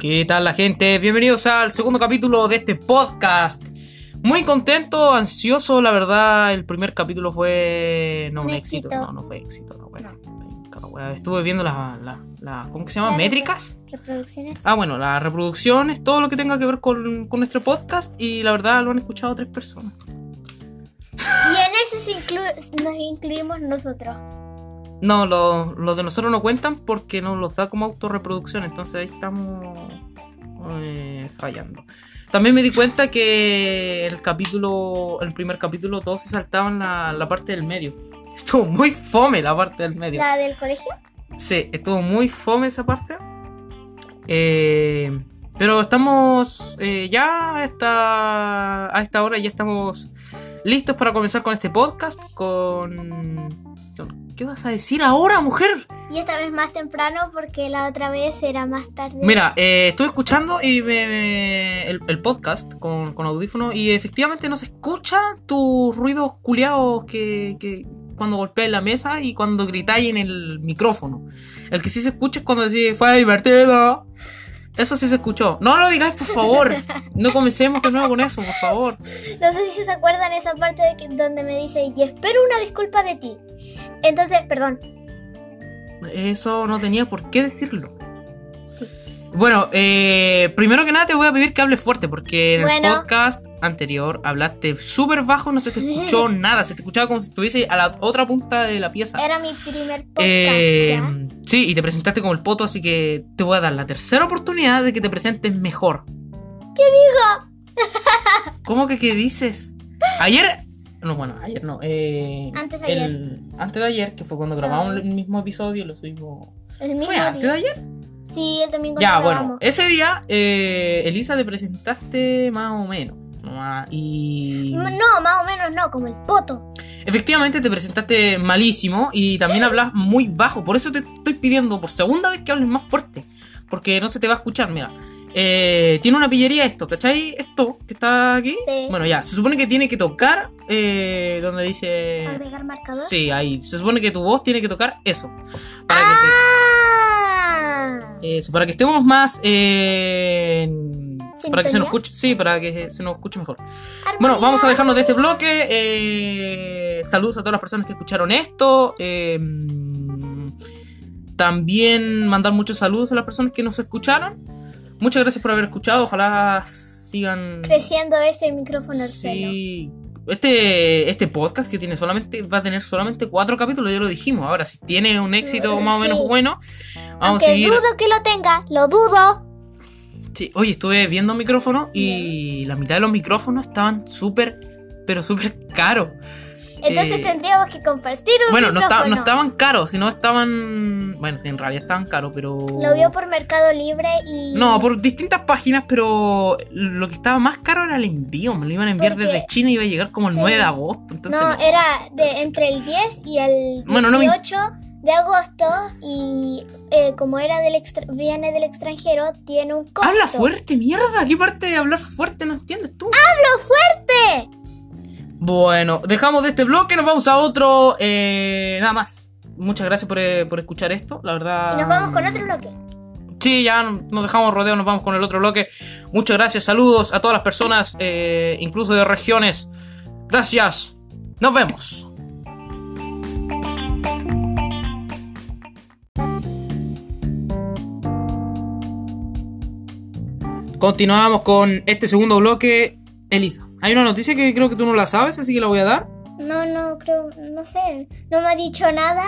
¿Qué tal la gente? Bienvenidos al segundo capítulo de este podcast. Muy contento, ansioso, la verdad. El primer capítulo fue. No, Un un, éxito. éxito. No, no fue éxito. No, bueno, Cada wea. Estuve viendo las. La, la- ¿Cómo que se llama? Las ¿Métricas? Reproducciones. Ah, bueno, las reproducciones, todo lo que tenga que ver con, con nuestro podcast. Y la verdad lo han escuchado tres personas. Y en eso se inclu- nos incluimos nosotros. No, lo- los de nosotros no cuentan porque nos los da como autorreproducción, entonces ahí estamos eh, fallando. También me di cuenta que el capítulo, el primer capítulo, todos se saltaban la, la parte del medio. Estuvo muy fome la parte del medio. La del colegio. Sí, estuvo muy fome esa parte. Eh, pero estamos eh, ya a esta, a esta hora, ya estamos listos para comenzar con este podcast. Con, con- ¿Qué vas a decir ahora, mujer? Y esta vez más temprano porque la otra vez era más tarde. Mira, eh, estuve escuchando y me- me- el, el podcast con, con audífono y efectivamente no se escucha tus ruidos culeados que, que cuando golpeáis la mesa y cuando gritáis en el micrófono. El que sí se escucha es cuando decís, fue divertido. Eso sí se escuchó. No lo digáis, por favor. No comencemos de nuevo con eso, por favor. No sé si se acuerdan esa parte de que- donde me dice, y espero una disculpa de ti. Entonces, perdón. Eso no tenía por qué decirlo. Sí. Bueno, eh, primero que nada te voy a pedir que hables fuerte porque en el Bueno. podcast anterior hablaste súper bajo, no se te escuchó nada, se te escuchaba como si estuviese a la otra punta de la pieza. Era mi primer podcast. Ah. Eh, ¿ya? sí, y te presentaste como el poto, así que te voy a dar la tercera oportunidad de que te presentes mejor. ¿Qué digo? ¿Cómo que qué dices? Ayer... No, bueno, ayer no. eh, Antes de el- antes de ayer, que fue cuando Sí. grabamos el mismo episodio, lo subimos... El mismo ¿Fue antes de día. ayer? Sí, el domingo. Ya, lo bueno, grabamos. ese día, eh, Elisa, te presentaste más o menos. nomás, Y M- No, más o menos no, como el poto. efectivamente te presentaste malísimo y también hablas muy bajo. Por eso te estoy pidiendo por segunda vez que hables más fuerte. Porque no se te va a escuchar, mira. Eh, tiene una pillería esto, ¿cachai? Esto que está aquí. Sí. Bueno, ya, se supone que tiene que tocar eh, donde dice... Agregar marcador. Sí, ahí. Se supone que tu voz tiene que tocar eso. Para que Eh, se Ah. Eso, para que estemos más eh, en- Para que se nos ¿Sintonía? escuche. Sí, para que se nos escuche mejor. Bueno, vamos a dejarnos de este bloque. eh, saludos a todas las personas que escucharon esto. eh, también mandar muchos saludos a las personas que nos escucharon. Muchas gracias por haber escuchado. Ojalá sigan. Creciendo ese micrófono al suelo. Sí. Este, este podcast que tiene solamente va a tener solamente cuatro capítulos, ya lo dijimos. Ahora, si tiene un éxito más o menos Sí. bueno, vamos a Aunque seguir. dudo que lo tenga, lo dudo. Sí, oye, estuve viendo micrófonos y la mitad de los micrófonos estaban súper, pero súper caros. Entonces Eh, tendríamos que compartir un Bueno, no, esta- micrófono. no estaban caros, sino estaban. Bueno, sí, en realidad estaban caros, pero. Lo vio por Mercado Libre y... No, por distintas páginas, pero lo que estaba más caro era el envío. Me lo iban a enviar Porque- desde China y iba a llegar como el Sí. 9 de agosto. Entonces, No, no. era de entre el 10 y el 18 Bueno, no me- de agosto y eh, como era del extra- viene del extranjero, tiene un costo. Habla fuerte, mierda. ¿Qué parte de hablar fuerte no entiendes tú? fuerte! Bueno, dejamos de este bloque, nos vamos a otro. eh, nada más. Muchas gracias por, eh, por escuchar esto, la verdad. Y nos vamos con otro bloque. Sí, ya nos dejamos rodeo, nos vamos con el otro bloque. Muchas gracias, saludos a todas las personas, eh, incluso de regiones. Gracias, nos vemos. Continuamos con este segundo bloque. Elisa, hay una noticia que creo que tú no la sabes, así que la voy a dar. No, no, creo, no sé. No me ha dicho nada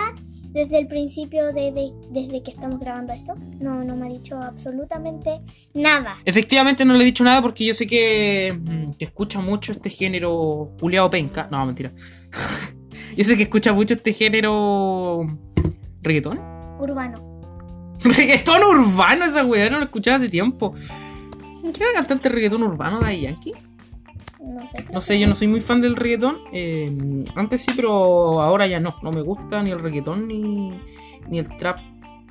desde el principio, de, de- desde que estamos grabando esto. No, no me ha dicho absolutamente nada. Efectivamente no le he dicho nada porque yo sé que, mm, que escucha mucho este género culiao penca. No, mentira. yo sé que escucha mucho este género... mm, ¿Reggaetón? Urbano. ¿Reggaetón urbano esa weá? No lo escuchaba hace tiempo. ¿Quién era el cantante de reggaetón urbano de Yankee? No sé. creo No que- sé, yo no soy muy fan del reggaetón. Eh, antes sí, pero ahora ya no. No me gusta ni el reggaetón ni, ni el trap.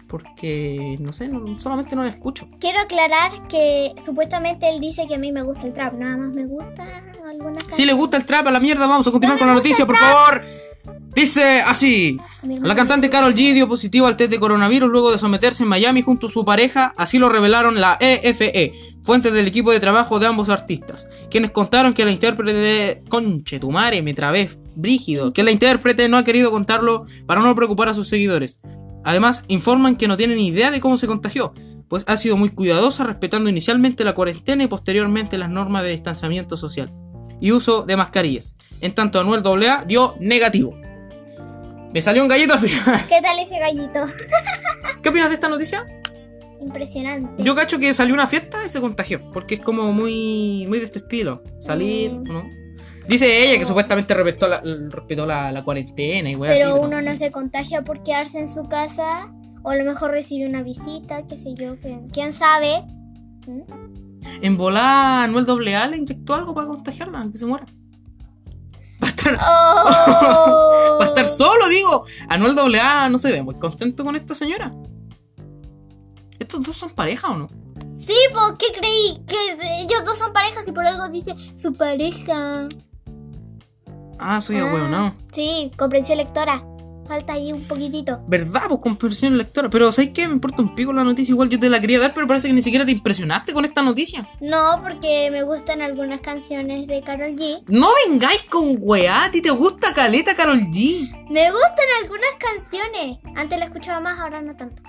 porque, no sé, no- solamente no la escucho. Quiero aclarar que supuestamente él dice que a mí me gusta el trap, nada más me gusta algunas Si canciones. le gusta el trap a la mierda, vamos a continuar No con me la gusta noticia, por favor. Dice así. A mi hermano La cantante Carol G dio positivo al test de coronavirus luego de someterse en Miami junto a su pareja, así lo revelaron la EFE, fuentes del equipo de trabajo de ambos artistas, quienes contaron que la intérprete de... Conche, tu madre, me trabé, brígido, que la intérprete no ha querido contarlo para no preocupar a sus seguidores. Además, informan que no tienen ni idea de cómo se contagió, pues ha sido muy cuidadosa respetando inicialmente la cuarentena y posteriormente las normas de distanciamiento social y uso de mascarillas. En tanto, Anuel AA dio negativo. Me salió un gallito al final. ¿Qué tal ese gallito? ¿Qué opinas de esta noticia? Impresionante. Yo cacho que salió una fiesta y se contagió, porque es como muy, muy de este estilo. Salir, Mm. ¿no? Dice ella que No. supuestamente respetó la, respetó la, la cuarentena y weá pero así, uno no se contagia por quedarse en su casa o a lo mejor recibe una visita, qué sé yo, que- quién sabe. ¿Mm? En volar, Anuel AA le inyectó algo para contagiarla, que se muera. Va a estar, Oh. va a estar solo, digo. Anuel AA no se ve muy contento con esta señora. ¿Estos dos son pareja o no? Sí, ¿por qué creí? Que eh, ellos dos son parejas y por algo dice su pareja. Ah, soy Ah. abuelo, no. Sí, comprensión lectora. Falta ahí un poquitito. ¿Verdad? Pues comprensión lectora. Pero ¿sabes qué? Me importa un pico la noticia. Igual yo te la quería dar, pero parece que ni siquiera te impresionaste con esta noticia. No, porque me gustan algunas canciones de Carol G. No vengáis con weá. ¿A ti te gusta Caleta Carol G? Me gustan algunas canciones. Antes la escuchaba más, ahora no tanto.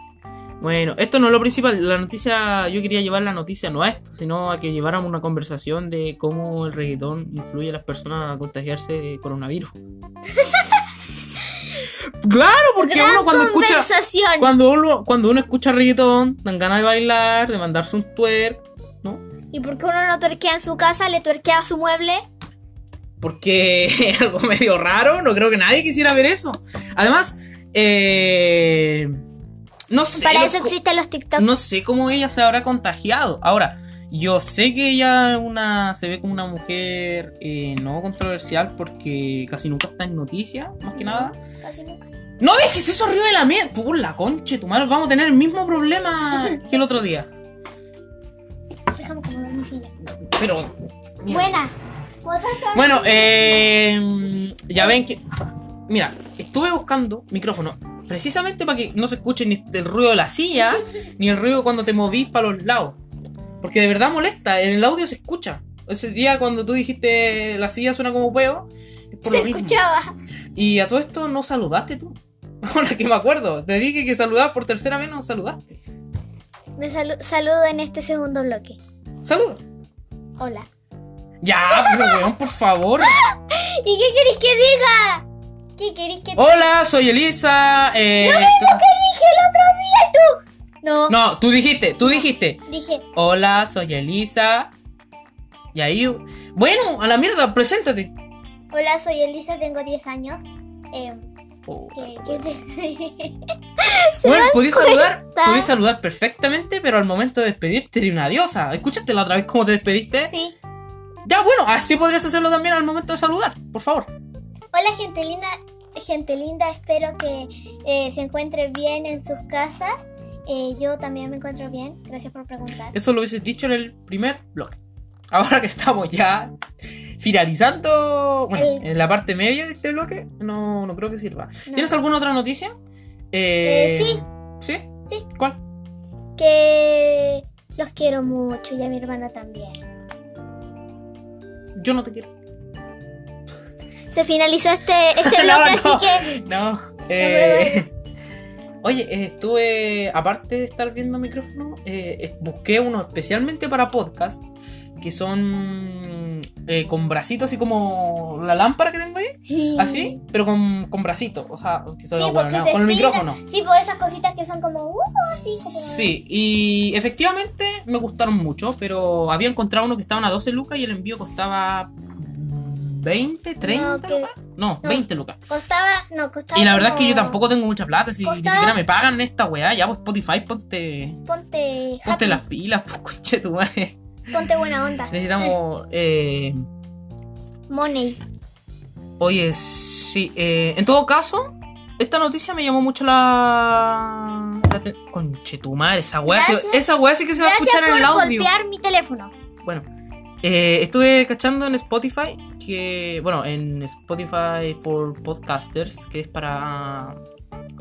Bueno, esto no es lo principal. La noticia, yo quería llevar la noticia no a esto, sino a que lleváramos una conversación de cómo el reggaetón influye a las personas a contagiarse de coronavirus. claro, porque Gran uno cuando escucha. conversación. Cuando uno, cuando uno escucha reggaetón, dan ganas de bailar, de mandarse un twerk, ¿no? ¿Y por qué uno no tuerquea en su casa? ¿Le tuerquea a su mueble? Porque es algo medio raro, no creo que nadie quisiera ver eso. Además, eh, no sé. Para los eso co- existen los TikTok. no sé cómo ella se habrá contagiado. Ahora, yo sé que ella es una, se ve como una mujer eh, no controversial porque casi nunca está en noticias, más que nada. Casi nunca. No dejes eso arriba de la mesa. Por la concha, tu madre, vamos a tener el mismo problema que el otro día. Déjame acomodar mi silla. Pero... mierda. Buena. ¿Vos acá? Bueno, eh, ya ven que. Mira, estuve buscando micrófono precisamente para que no se escuche ni el ruido de la silla, ni el ruido cuando te movís para los lados. Porque de verdad molesta, en el audio se escucha. Ese día cuando tú dijiste la silla suena como huevo, es por Se lo mismo. escuchaba. Y a todo esto no saludaste tú. Ahora que me acuerdo, te dije que saludabas por tercera vez, no saludaste. Me salu- saludo en este segundo bloque. Saluda. Hola. Ya, pero weón, por favor. ¿Y qué queréis que diga? ¿Qué queréis que Hola, soy Elisa. eh, dije el otro día y tú? No. no, tú dijiste, tú dijiste. Dije, Hola, soy Elisa. Y ahí. Bueno, a la mierda, preséntate. hola, soy Elisa, tengo 10 años. Eh, Oh. ¿qué, qué te- Bueno, podías saludar, cuenta? podías saludar perfectamente, pero al momento de despedirte de una diosa. ¿Escuchaste la otra vez cómo te despediste? sí. Ya, bueno, así podrías hacerlo también al momento de saludar, por favor. Hola, gente linda. Gente linda, espero que eh, se encuentre bien en sus casas. Eh, yo también me encuentro bien. Gracias por preguntar. Eso lo hubieses dicho en el primer bloque. Ahora que estamos ya finalizando, bueno, El- en la parte media de este bloque, no, no creo que sirva. No. ¿Tienes alguna otra noticia? Eh, sí. ¿Sí? Sí. ¿Cuál? Que los quiero mucho y a mi hermano también. Yo no te quiero. Se finalizó este, este No, no. bloque, así que No. eh, oye, eh, estuve, aparte de estar viendo micrófono, eh, es- busqué uno especialmente para podcast, que son eh, con bracitos así como la lámpara que tengo ahí, así, pero con, con bracitos, o sea, que soy Sí, bueno, porque no, se con el estira. micrófono. Sí, por esas cositas que son como. Uh, así, como- Sí, y efectivamente me gustaron mucho, pero había encontrado uno que estaban a 12 lucas y el envío costaba 20, 30 No, que- lucas. No, no. 20 lucas. Costaba. No, costaba. Y la verdad es que yo como- tampoco tengo mucha plata, si ni Costaba- siquiera me pagan esta weá, ya pues Spotify, ponte, Ponte. ponte happy, las pilas, pues conche tu madre. Ponte buena onda. Necesitamos, eh, Money. oye, sí, eh, en todo caso, esta noticia me llamó mucho la, la Presta Conchetumar, esa weá. se- Gracias. esa weá sí que se va a Gracias escuchar en el por audio. golpear mi teléfono. Bueno, eh, estuve cachando en Spotify que, bueno, en Spotify for Podcasters, que es para,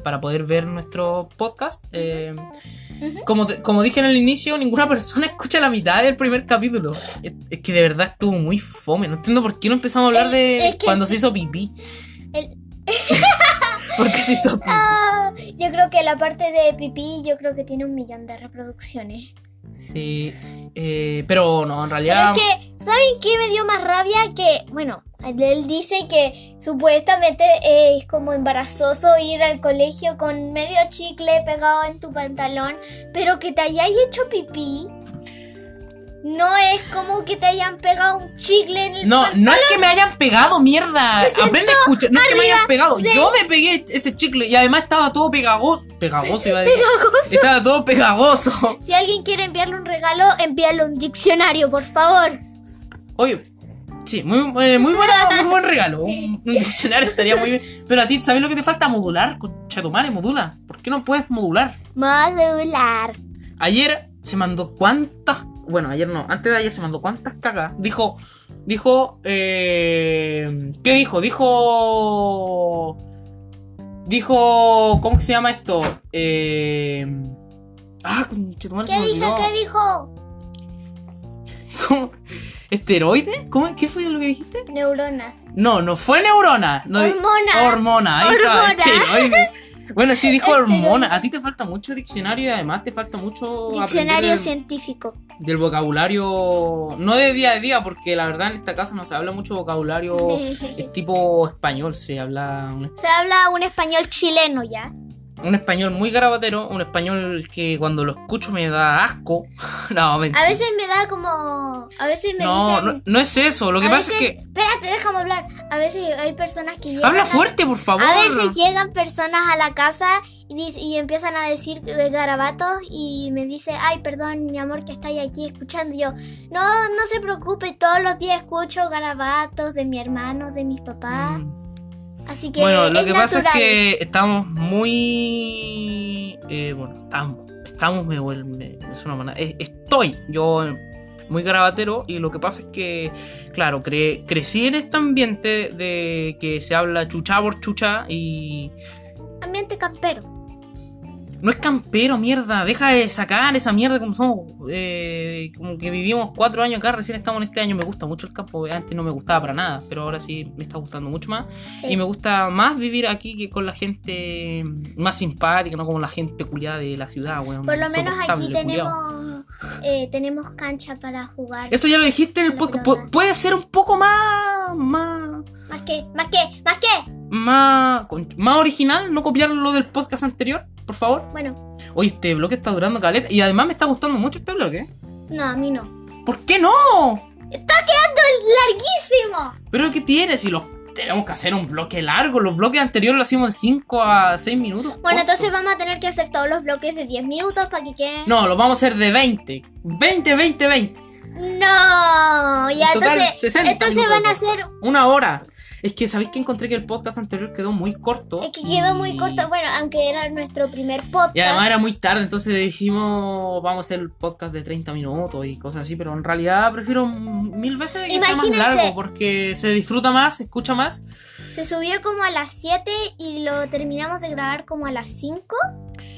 para poder ver nuestro podcast. eh, Ujú. como, te- como dije en el inicio, ninguna persona escucha la mitad del primer capítulo. Es, es que de verdad estuvo muy fome. No entiendo por qué no empezamos a hablar de es que- cuando se hizo pipí. El- Porque se hizo pipí. Ah, yo creo que la parte de pipí, yo creo que tiene un millón de reproducciones. Sí, eh, pero no, en Pero realidad... es que, ¿saben qué me dio más rabia? Que, bueno, él dice que supuestamente eh, es como embarazoso ir al colegio con medio chicle pegado en tu pantalón, pero que te hayáis hecho pipí. No es como que te hayan pegado un chicle en el No, no es que me hayan pegado, mierda. Aprende a escuchar. No es que me hayan pegado. Yo me pegué ese chicle y además estaba todo pegagoso. Pegagoso iba a decir. pantalón. Estaba todo pegagoso. Si alguien quiere enviarle un regalo, envíale un diccionario, por favor. Oye, sí, muy, eh, muy, buena- muy buen regalo. Un, un diccionario estaría muy bien. Pero a ti, ¿sabes lo que te falta? Modular. Concha tu madre, modula. ¿Por qué no puedes modular? Modular. Ayer se mandó cuántas. Bueno, ayer no, antes de ayer se mandó cuántas cagas. Dijo. Dijo. eh, ¿Qué dijo? Dijo. Dijo. ¿Cómo que se llama esto? Eh, ah, conchetumare, se ¿Qué me dijo? olvidó. ¿Qué dijo? ¿Cómo? ¿Esteroide? ¿Cómo? ¿Qué fue lo que dijiste? Neuronas. No, no fue neurona. No, di- Hormona. Hormona, ahí está, Hormona. esteroide. Bueno, sí dijo Esteroide. hormona. A ti te falta mucho diccionario y además te falta mucho. Oh, aprender Diccionario el- científico. del vocabulario, no de día a día, porque la verdad en esta casa no se habla mucho vocabulario es tipo español, se habla un, Se habla un español chileno ya. un español muy garabatero, un español que cuando lo escucho me da asco. no, mentira. A veces me da como. A veces me no, dicen. no, no es eso, lo que a pasa es veces- que... Espérate, déjame hablar. A veces hay personas que llegan. Habla a- fuerte, por favor. Mm. A veces llegan personas a la casa y, dic- y empiezan a decir eh, garabatos y me dice, ay, perdón, mi amor, que estáis aquí escuchando. Y yo, no, no se preocupe, todos los días escucho garabatos de mi hermano, de mis papás. Mm. Así que Bueno, lo es que pasa natural. es que estamos muy... eh, bueno, estamos, estamos, me vuelve... Es una manera- es- estoy yo muy garabatero y lo que pasa es que, claro, cre- crecí en este ambiente de que se habla chucha por chucha y... Ambiente campero. No es campero, mierda, deja de sacar esa mierda como somos, eh, como que vivimos cuatro años acá, recién estamos en este año, me gusta mucho el campo, antes no me gustaba para nada, pero ahora sí me está gustando mucho más. Sí. Y me gusta más vivir aquí que con la gente más simpática, no como la gente culiada de la ciudad, weón. Por lo menos aquí insoportable, culiao. tenemos, eh, tenemos cancha para jugar. Eso ya lo dijiste en el La podcast. pelota. Pu- Puede ser un poco más. más. Más que, más que, más que. más. con- más original, no copiar lo del podcast anterior, por favor. Bueno, Oye, este bloque está durando caleta. Y además me está gustando mucho este bloque. no, a mí no. ¿Por qué no? ¡Larguísimo! Pero ¿qué tiene si lo. Tenemos que hacer un bloque largo. Los bloques anteriores lo hacíamos en 5 a 6 minutos. Bueno, corto. entonces vamos a tener que hacer todos los bloques de 10 minutos para que queden. No, lo vamos a hacer de 20. 20, 20, 20. No, ya En total, entonces, 60 entonces minutos. van a ser Una hora. Es que sabéis que encontré que el podcast anterior quedó muy corto. es que quedó y- muy corto, bueno, aunque era nuestro primer podcast. Y además era muy tarde, entonces dijimos vamos a hacer el podcast de 30 minutos y cosas así, pero en realidad prefiero mil veces que Imagínense. sea más largo porque se disfruta más, se escucha más. Se subió como a las 7 y lo terminamos de grabar como a las 5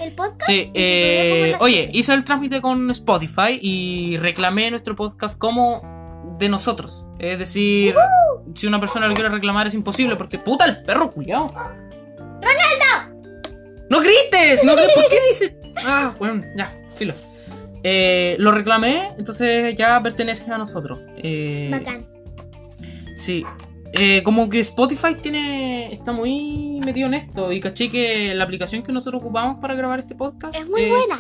el podcast. Sí, Y se subió como a eh, las oye, siete. hice el trámite con Spotify y reclamé nuestro podcast como de nosotros. Es decir, si una persona lo quiere reclamar es imposible porque puta el perro culiao. ¡Ronaldo! ¡No grites! No, grites! ¿Por qué dices? Ah, bueno, ya, filo. Eh, lo reclamé, entonces ya pertenece a nosotros. Eh, Bacán. Sí. Eh, como que Spotify tiene está muy metido en esto y caché que la aplicación que nosotros ocupamos para grabar este podcast Es muy buena.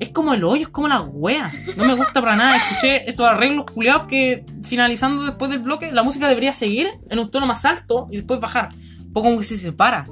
Es como el hoyo, es como la wea. No me gusta para nada. Escuché esos arreglos culiados que finalizando después del bloque la música debería seguir en un tono más alto y después bajar. Un poco como que se separa.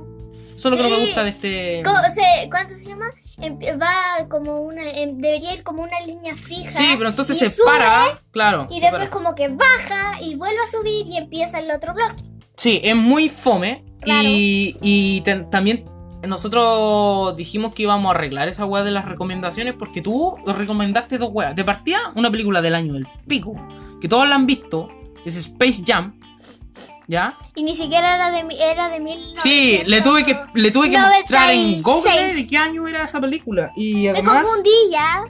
Eso es lo que no me Sí. gusta de este. ¿Cómo se- ¿Cuánto se llama? Em- Va como una em, debería ir como una línea fija. Sí, pero entonces y se sube, para, claro. Y se para. después como que baja y vuelve a subir y empieza el otro bloque. Sí, es muy fome. Claro. Y, y ten- también nosotros dijimos que íbamos a arreglar esa weá de las recomendaciones porque tú recomendaste dos weas. De partida, una película del año del pico, que todos la han visto, es Space Jam. ¿Ya? Y ni siquiera era de, mi- era de mil. Sí, le tuve que, le tuve que mostrar en Google de qué año era esa película. Y Me además, confundí ya.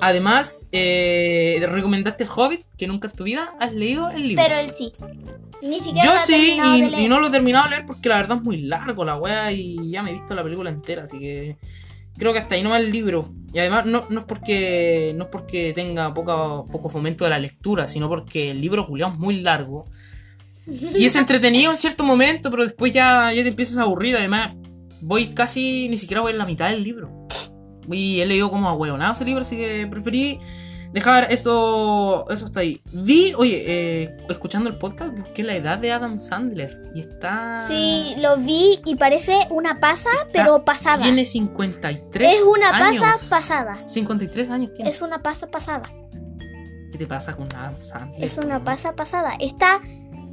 además eh, recomendaste El Hobbit, que nunca en tu vida has leído el libro. Pero él sí. Ni siquiera Yo lo ha sí, terminado y, de leer. y no lo he terminado de leer porque la verdad es muy largo la wea y ya me he visto la película entera, así que creo que hasta ahí no va el libro. Y además no, no es porque no es porque tenga poca, poco fomento de la lectura, sino porque el libro culiao es muy largo. Y es entretenido en cierto momento, pero después ya, ya te empiezas a aburrir. Además, voy casi, ni siquiera voy en la mitad del libro. Y he leído como a huevonado ese libro, así que preferí dejar eso, eso hasta ahí. Vi, oye, eh, escuchando el podcast, busqué la edad de Adam Sandler. Y está... Sí, lo vi y parece una pasa, Está- pero pasada. Tiene 53 Es una años. pasa pasada. 53 años tiene. Es una pasa pasada. ¿Qué te pasa con Adam Sandler? Es una pasa pasada. Está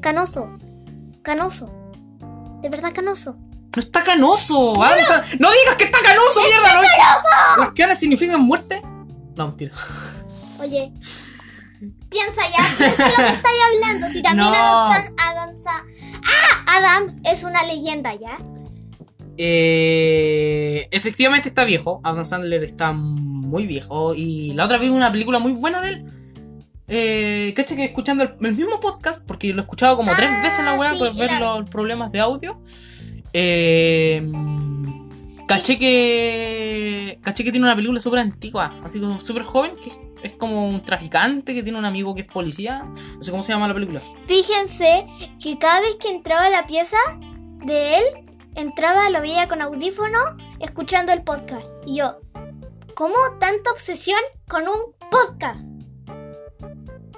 canoso. Canoso. De verdad canoso. ¡No está canoso! Adam Sand- ¡No digas que está canoso, mierda! ¡No canoso! ¿Las canas significan muerte? No, mentira. Oye. Piensa ya, piensa lo que estáis hablando. Si también No. Adam San, Adam Sa- ¡Ah! Adam es una leyenda, ¿ya? Eh, efectivamente está viejo. Adam Sandler está muy viejo. Y la otra vez vi una película muy buena de él. Eh, caché que escuchando el, el mismo podcast, porque lo he escuchado como tres Ah, veces la weá sí, por ver era- los problemas de audio. Eh, caché que. Caché que tiene una película súper antigua, así como súper joven, que es, es como un traficante que tiene un amigo que es policía. No sé cómo se llama la película. Fíjense que cada vez que entraba a la pieza de él, entraba, lo veía con audífono, escuchando el podcast. Y yo, ¿cómo tanta obsesión con un podcast?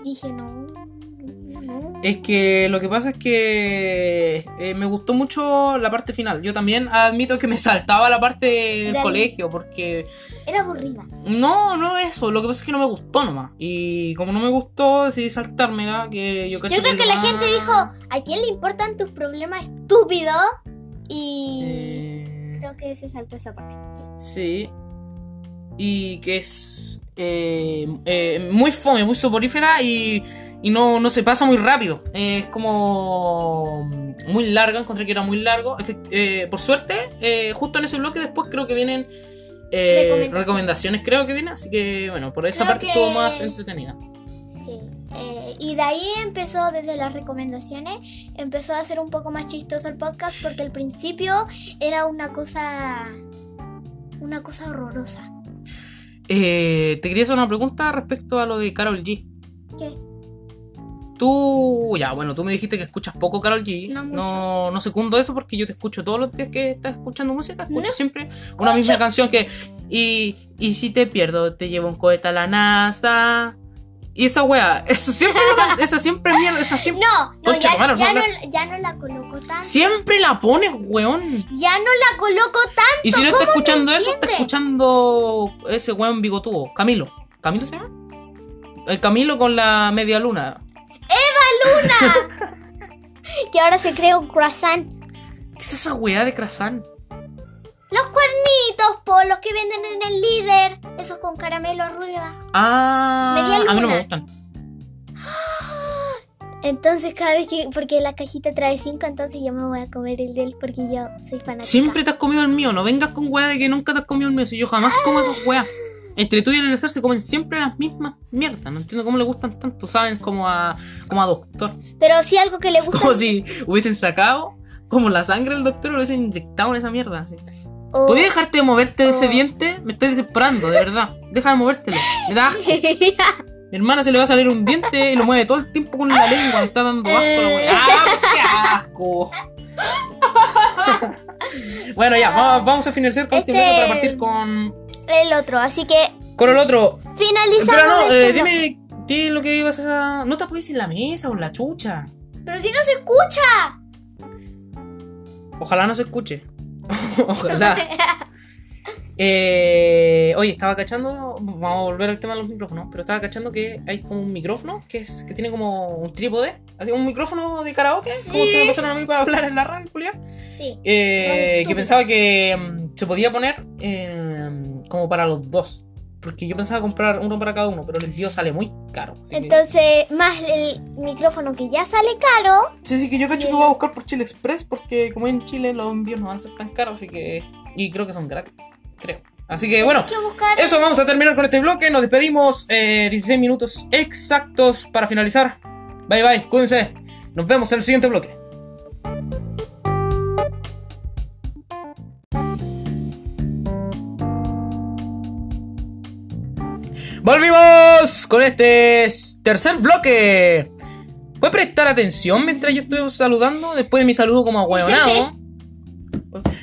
Dije, no. no, no. Es que lo que pasa es que eh, me gustó mucho la parte final. Yo también admito que me saltaba la parte del Dale. colegio porque... Era aburrida. No, no eso. Lo que pasa es que no me gustó nomás. Y como no me gustó, decidí saltármela. Que yo, cacho Yo creo que la ah, gente dijo, ¿a quién le importan tus problemas, estúpido? Y eh, creo que se saltó esa parte. sí. Y que es eh, eh, muy fome, muy soporífera y, y no, no se pasa muy rápido. Eh, es como muy largo, encontré que era muy largo. Efect- eh, por suerte, eh, justo en ese bloque después creo que vienen eh, Recomendaciones. recomendaciones. creo que vienen. Así que bueno, por esa Creo parte que- estuvo más entretenida. Sí. Eh, y de ahí empezó desde las recomendaciones, empezó a ser un poco más chistoso el podcast porque al principio era una cosa, una cosa horrorosa. Eh, te quería hacer una pregunta respecto a lo de Carol G. ¿Qué? Tú, ya, bueno, tú me dijiste que escuchas poco Carol G. No mucho. no, no secundo eso porque yo te escucho todos los días que estás escuchando música. Escucho No siempre una misma canción que. Y, y si te pierdo, te llevo un cohete a la NASA. Y esa wea, eso siempre, lo can- esa siempre mierda, esa siempre. No, no, Concha, ya, hermano, ya no no, ya no la coloco tan. Siempre la pones, weón. Ya no la coloco tan. Y si no está escuchando eso, está entiendes? escuchando ese weón bigotudo, Camilo. ¿Camilo se llama? El Camilo con la media luna. Que ahora se crea un croissant. ¿Qué es esa weá de Krasan? Los cuernitos, po, los que venden en el líder. Esos con caramelo arriba. Ah, Media luna. a mí no me gustan. Entonces cada vez que, porque la cajita trae cinco, entonces yo me voy a comer el de él porque yo soy fanática. Siempre te has comido el mío. No vengas con weá de que nunca te has comido el mío. Si yo jamás como esas weas. Entre tú y el Eleazar se comen siempre las mismas mierdas. No entiendo cómo le gustan tanto. Saben como a, como a doctor. Pero sí algo que le gusta. Como si hubiesen sacado como la sangre del doctor y lo hubiesen inyectado en esa mierda. así. o- ¿Podría dejarte de moverte de ese Oh. diente? Me estás desesperando, de verdad. Deja de movértelo. Me da asco. Mi hermana se le va a salir un diente y lo mueve todo el tiempo con la lengua. Me está dando asco la Eh. wea. ¡Ah, qué asco! bueno, ya, va- vamos a finalizar con este, Este- bloque para partir con, el otro. Así que con el otro. finalizamos. Pero no, este eh, bloque. dime qué es lo que ibas a. No te apoyes en la mesa o en la chucha. Pero si no se escucha. Ojalá no se escuche. Ojalá. Eh, oye, estaba cachando, vamos a volver al tema de los micrófonos, pero estaba cachando que hay como un micrófono que es que tiene como un trípode, así un micrófono de karaoke, como el que me pasaron a mí para hablar en la radio, Julia. Sí. Eh, Estúpido. que pensaba que mm, se podía poner eh, como para los dos. Porque yo pensaba comprar uno para cada uno, pero el envío sale muy caro. así que- Entonces, más el micrófono que ya sale caro. Sí, sí, que yo cacho que voy a buscar por Chile Express porque como en Chile los envíos no van a ser tan caros, así que... Y creo que son gratis, creo. Así que bueno, Hay que buscar. eso vamos a terminar con este bloque. Nos despedimos eh, 16 minutos exactos para finalizar. Bye bye, cuídense. Nos vemos en el siguiente bloque. Volvimos con este s- tercer bloque. ¿Puedes prestar atención mientras yo estoy saludando? Después de mi saludo como ahueonado.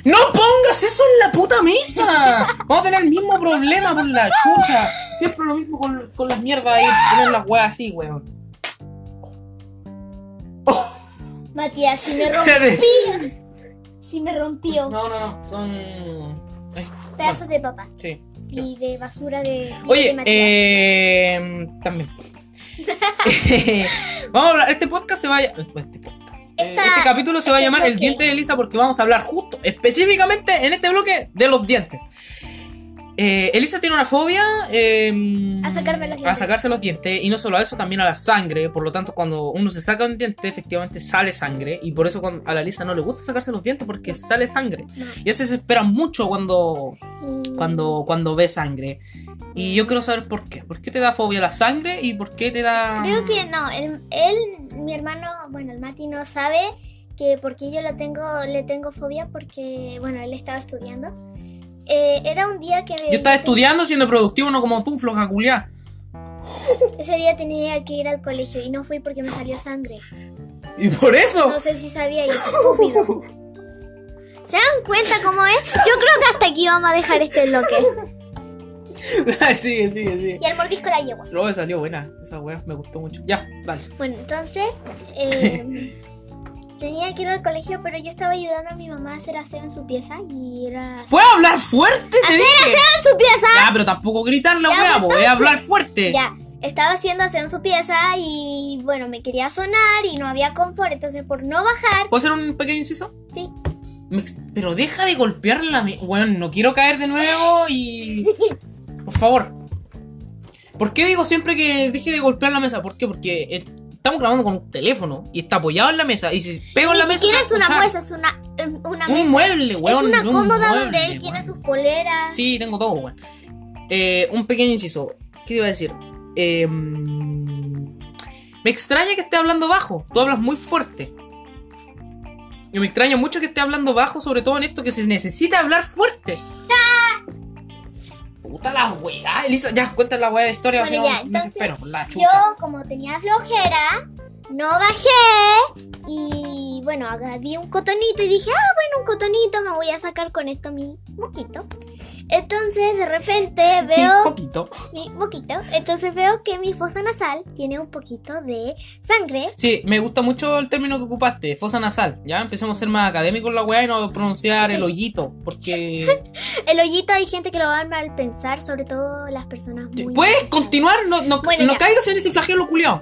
¡No pongas eso en la puta mesa! Vamos a tener el mismo problema por la chucha. Siempre lo mismo con, con las mierdas ahí. Poner las weas así, weón. Matías, si me rompió. Espérate. Si me rompió. No, no, no. Son. Ay, Pedazos de papá. bueno, sí. Y de basura de. de Oye, Matías. eh, también. vamos a hablar. Este podcast se va a. ll- Este podcast. Eh, Esta- este capítulo se va a este llamar El bloque. diente de Elisa porque vamos a hablar justo, específicamente en este bloque de los dientes. Eh, Elisa tiene una fobia eh, A sacarme los a dientes. sacarse los dientes y no solo a eso, también a la sangre. Por lo tanto, cuando uno se saca un diente, efectivamente sale sangre. Y por eso cuando- a la Elisa no le gusta sacarse los dientes porque sale sangre. No. Y se desespera mucho cuando Y- cuando, cuando ve sangre. Y yo quiero saber por qué. ¿Por qué te da fobia la sangre y por qué te da... Creo que no, él, él, mi hermano, bueno, el Mati no sabe que porque yo lo tengo, le tengo fobia porque, bueno, él estaba estudiando. Eh, era un día que... Yo estaba estudiando siendo productivo, no como tú, floja culiá. Ese día tenía que ir al colegio y no fui porque me salió sangre. Y por eso... No sé si sabía y es estúpido. ¿Se dan cuenta cómo es? Yo creo que hasta aquí vamos a dejar este bloque. sigue, sigue, sigue. Y al mordisco la yegua. Luego me salió buena esa weá, me gustó mucho. Ya, dale. Bueno, entonces eh, tenía que ir al colegio, pero yo estaba ayudando a mi mamá a hacer aseo en su pieza y era... ¿Puedo hablar fuerte? Te dije. ¡En su pieza! Ya, pero tampoco gritar la Ya, weá, pues, voy a hablar fuerte. Ya, estaba haciendo aseo en su pieza y bueno, me quería sonar y no había confort, entonces por no bajar, ¿Puedo hacer un pequeño inciso? sí. Me ex- Pero deja de golpearla, me... weón, no quiero caer de nuevo y... Por favor. ¿Por qué digo siempre que deje de golpear la mesa? ¿Por qué? Porque el- estamos grabando con un teléfono y está apoyado en la mesa y si pego en Ni la mesa... siquiera se es una escucha. mesa, es una, eh, una Un mesa. mueble, Es weón. una un cómoda donde mueble, él tiene weón. sus poleras. Sí, tengo todo, weón. Eh, un pequeño inciso. ¿Qué te iba a decir? Eh, me extraña que esté hablando bajo. Tú hablas muy fuerte. Y me extraña mucho que esté hablando bajo, sobre todo en esto que se necesita hablar fuerte. Puta la weá, Elisa. Ya, cuenta la weá de historia. Bueno, o sea, ya, me entonces, desespero por la Yo, chucha. como tenía flojera, no bajé y bueno, agarré un cotonito y dije, ah, bueno, un cotonito, me voy a sacar con esto mi moquito. Entonces, de repente Un veo poquito. mi poquito. Entonces veo que mi fosa nasal tiene un poquito de sangre. Sí, me gusta mucho el término que ocupaste, fosa nasal. Ya empecemos a ser más académicos la weá y no pronunciar el hoyito. Porque. El hoyito hay gente que lo va a mal pensar, sobre todo las personas muy. ¿Puedes mal pensadas. continuar? No, no, Bueno, no ya. caigas en ese flagelo culiao.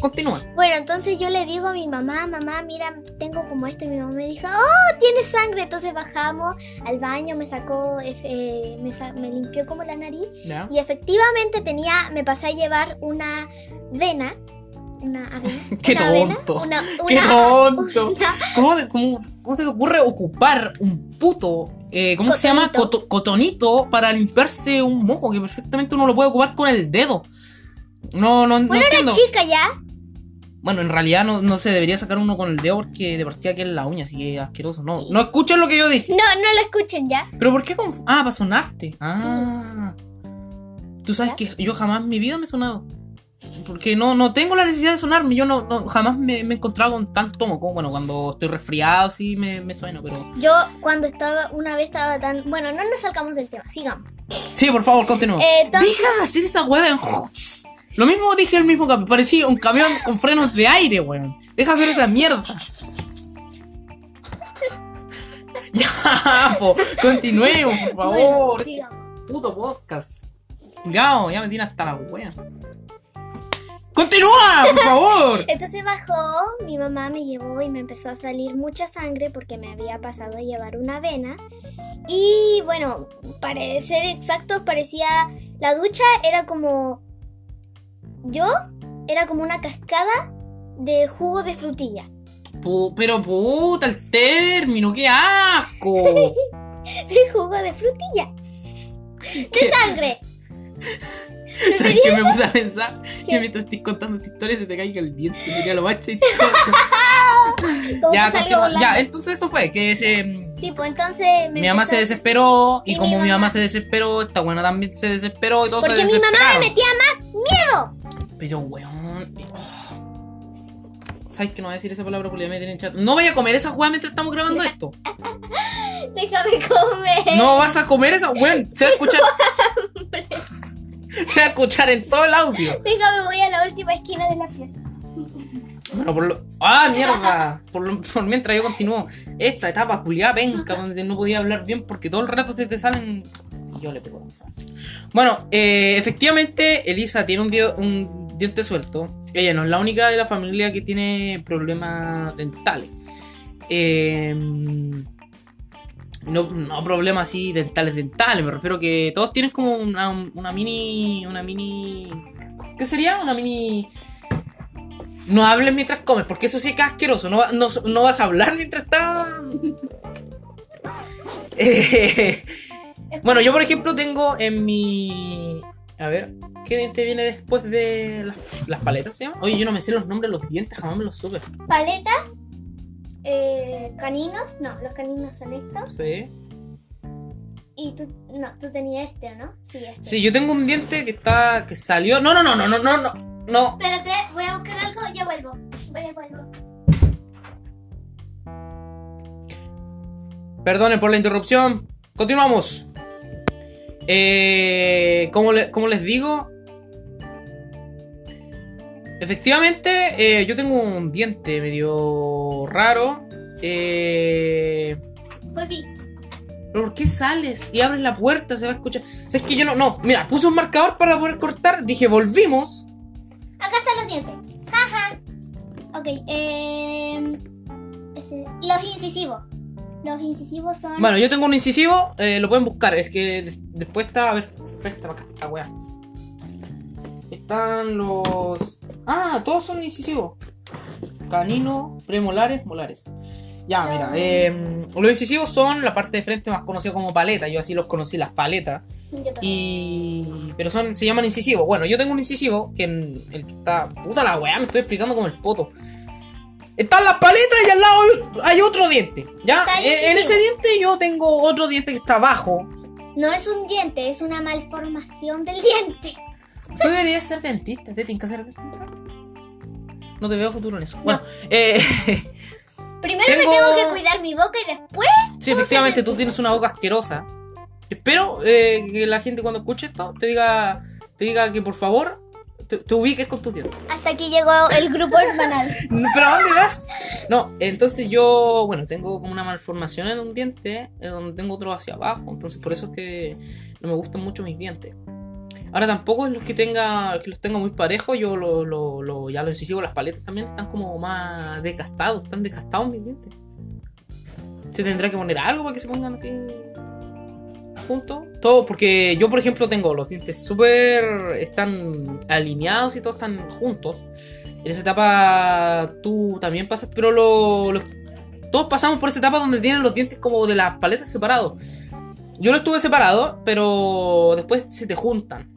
Continúa. Bueno, entonces yo le digo a mi mamá, mamá, mira, tengo como esto. Y mi mamá me dijo, oh, tiene sangre. Entonces bajamos al baño, me sacó, eh, eh, me, sa- me limpió como la nariz. Ya. Y efectivamente tenía, me pasé a llevar una vena. Una avena. Qué una avena, tonto. una- ¡Qué una- tonto! una- ¿Cómo, de- cómo- cómo se te ocurre ocupar un puto, eh, ¿cómo se llama? Cotonito. Coto- cotonito para limpiarse un moco que perfectamente uno lo puede ocupar con el dedo. No, no, no Bueno, entiendo. una chica ya. Bueno, en realidad no, no se debería sacar uno con el dedo porque de partida que es la uña, así que es asqueroso. No, no escuchen lo que yo dije. No, no lo escuchen ya. ¿Pero por qué con... Ah, para sonarte. Ah. Tú sabes que yo jamás en mi vida me he sonado. Porque no, no tengo la necesidad de sonarme. Yo no, no- jamás me, me he encontrado con tanto moco. Bueno, cuando estoy resfriado sí me, me sueno, pero... Yo cuando estaba, una vez estaba tan... Bueno, no nos salgamos del tema, sigamos. Sí, por favor, continúa. Eh, entonces- Deja de hacer esa weá de... Lo mismo dije el mismo camión. Parecía un camión con frenos de aire, weón. Deja de hacer esa mierda. Ya, po, continuemos, por favor. Bueno, sigamos. Puto podcast. Cuidado, ya me tiene hasta la wea. ¡Continúa, por favor! Entonces bajó, mi mamá me llevó y me empezó a salir mucha sangre porque me había pasado a llevar una vena. Y bueno, para ser exactos, parecía la ducha era como yo era como una cascada de jugo de frutilla. Pu- pero puta, el término, qué asco. De jugo de frutilla. ¿Qué? De sangre. ¿Sabes Prefería- qué me puse a pensar? Que ¿Qué? mientras estés contando esta historia se te caiga el diente, sería lo más chistoso. como ya, que salió continúa. volando. ya, entonces eso fue, que se- mm, Sí, pues entonces me mi mamá empezó- se desesperó y, Y mi como mi mamá mamá- se desesperó, esta buena también se desesperó y todo Porque se mi mamá desesperaron. me metía Pero weón. eh, oh. ¿Sabes que no voy a decir esa palabra porque me tienen chat? No voy a comer esa weá mientras estamos grabando esto. más. Déjame comer. No vas a comer esa weón. Se va a escuchar. Se va a escuchar en todo el audio. Déjame, voy a la última esquina de la fiesta. Bueno, por lo. ¡Ah, mierda! Por, lo- por mientras yo continúo. Esta etapa culiada penca donde no podía hablar bien porque todo el rato se te salen. Yo le pego a esa. Bueno, eh, efectivamente, Elisa tiene un, dio- un diente suelto. Ella no es la única de la familia que tiene problemas dentales. Eh, no, no problemas así dentales dentales, me refiero que todos tienen como una, una mini. Una mini. ¿Qué sería? Una mini. No hables mientras comes, porque eso sí que es asqueroso. No, va- no, no vas a hablar mientras estás. Eh, bueno, yo por ejemplo tengo en mi. A ver, ¿qué diente viene después de las, las paletas? ¿se llama? Oye, yo no me sé los nombres de los dientes, jamás me los supe. Paletas. eh, caninos. No, los caninos son estos. No sé. Y tú, no, tú tenías este, ¿o ¿no? Sí, este. Sí, yo tengo un diente que está. que salió. No, no, no, no, no, no, no. No. Espérate, voy a buscar algo y ya vuelvo. Voy, vuelvo. Perdonen por la interrupción. Continuamos. Eh, como, le- como les digo, efectivamente, eh, yo tengo un diente medio raro. Eh, Volví. ¿Pero por qué sales y abres la puerta? Se va a escuchar. ¿Sabes que yo no? No, mira, puse un marcador para poder cortar. Dije, volvimos. Acá están los dientes. Jaja. Ok, eh, este, los incisivos. Los incisivos son. Bueno, yo tengo un incisivo, eh, lo pueden buscar. Es que des- después está. A ver, presta para acá, esta weá. Están los. Ah, todos son incisivos. Canino, premolares, molares. Ya, mira, eh, los incisivos son la parte de frente más conocida como paleta. Yo así los conocí, las paletas. Yo también. Y. Pero son, se llaman incisivos. Bueno, yo tengo un incisivo que en- el que está. Puta la weá, me estoy explicando como el poto. Están las paletas y al lado hay- hay otro diente. ¿Ya? Está el Eh, En incisivo. ese diente yo tengo otro diente que está abajo. No es un diente, es una malformación del diente. Tú deberías ser dentista. ¿Te tienes que ser dentista? No te veo futuro en eso. Bueno, eh, Primero Tengo- me tengo que cuidar mi boca y después. sí, efectivamente tú tienes una boca asquerosa. Espero eh, que la gente cuando escuche esto te diga, te diga que por favor te, te ubiques con tus dientes. Hasta aquí llegó el grupo hermanal. No, ¿Pero a dónde vas? No, entonces yo, bueno, tengo como una malformación en un diente, en donde tengo otro hacia abajo, entonces por eso es que no me gustan mucho mis dientes. Ahora tampoco es los que tenga, que los tengo muy parejos, yo lo, lo, lo- ya lo incisivo, las paletas también están como más desgastados, están desgastados mis dientes. Se tendrá que poner algo para que se pongan así juntos. Todo, porque yo por ejemplo tengo los dientes súper, están alineados y todos están juntos. En esa etapa tú también pasas, pero lo, lo- todos pasamos por esa etapa donde tienen los dientes como de las paletas separados. Yo los tuve separados, pero después se te juntan.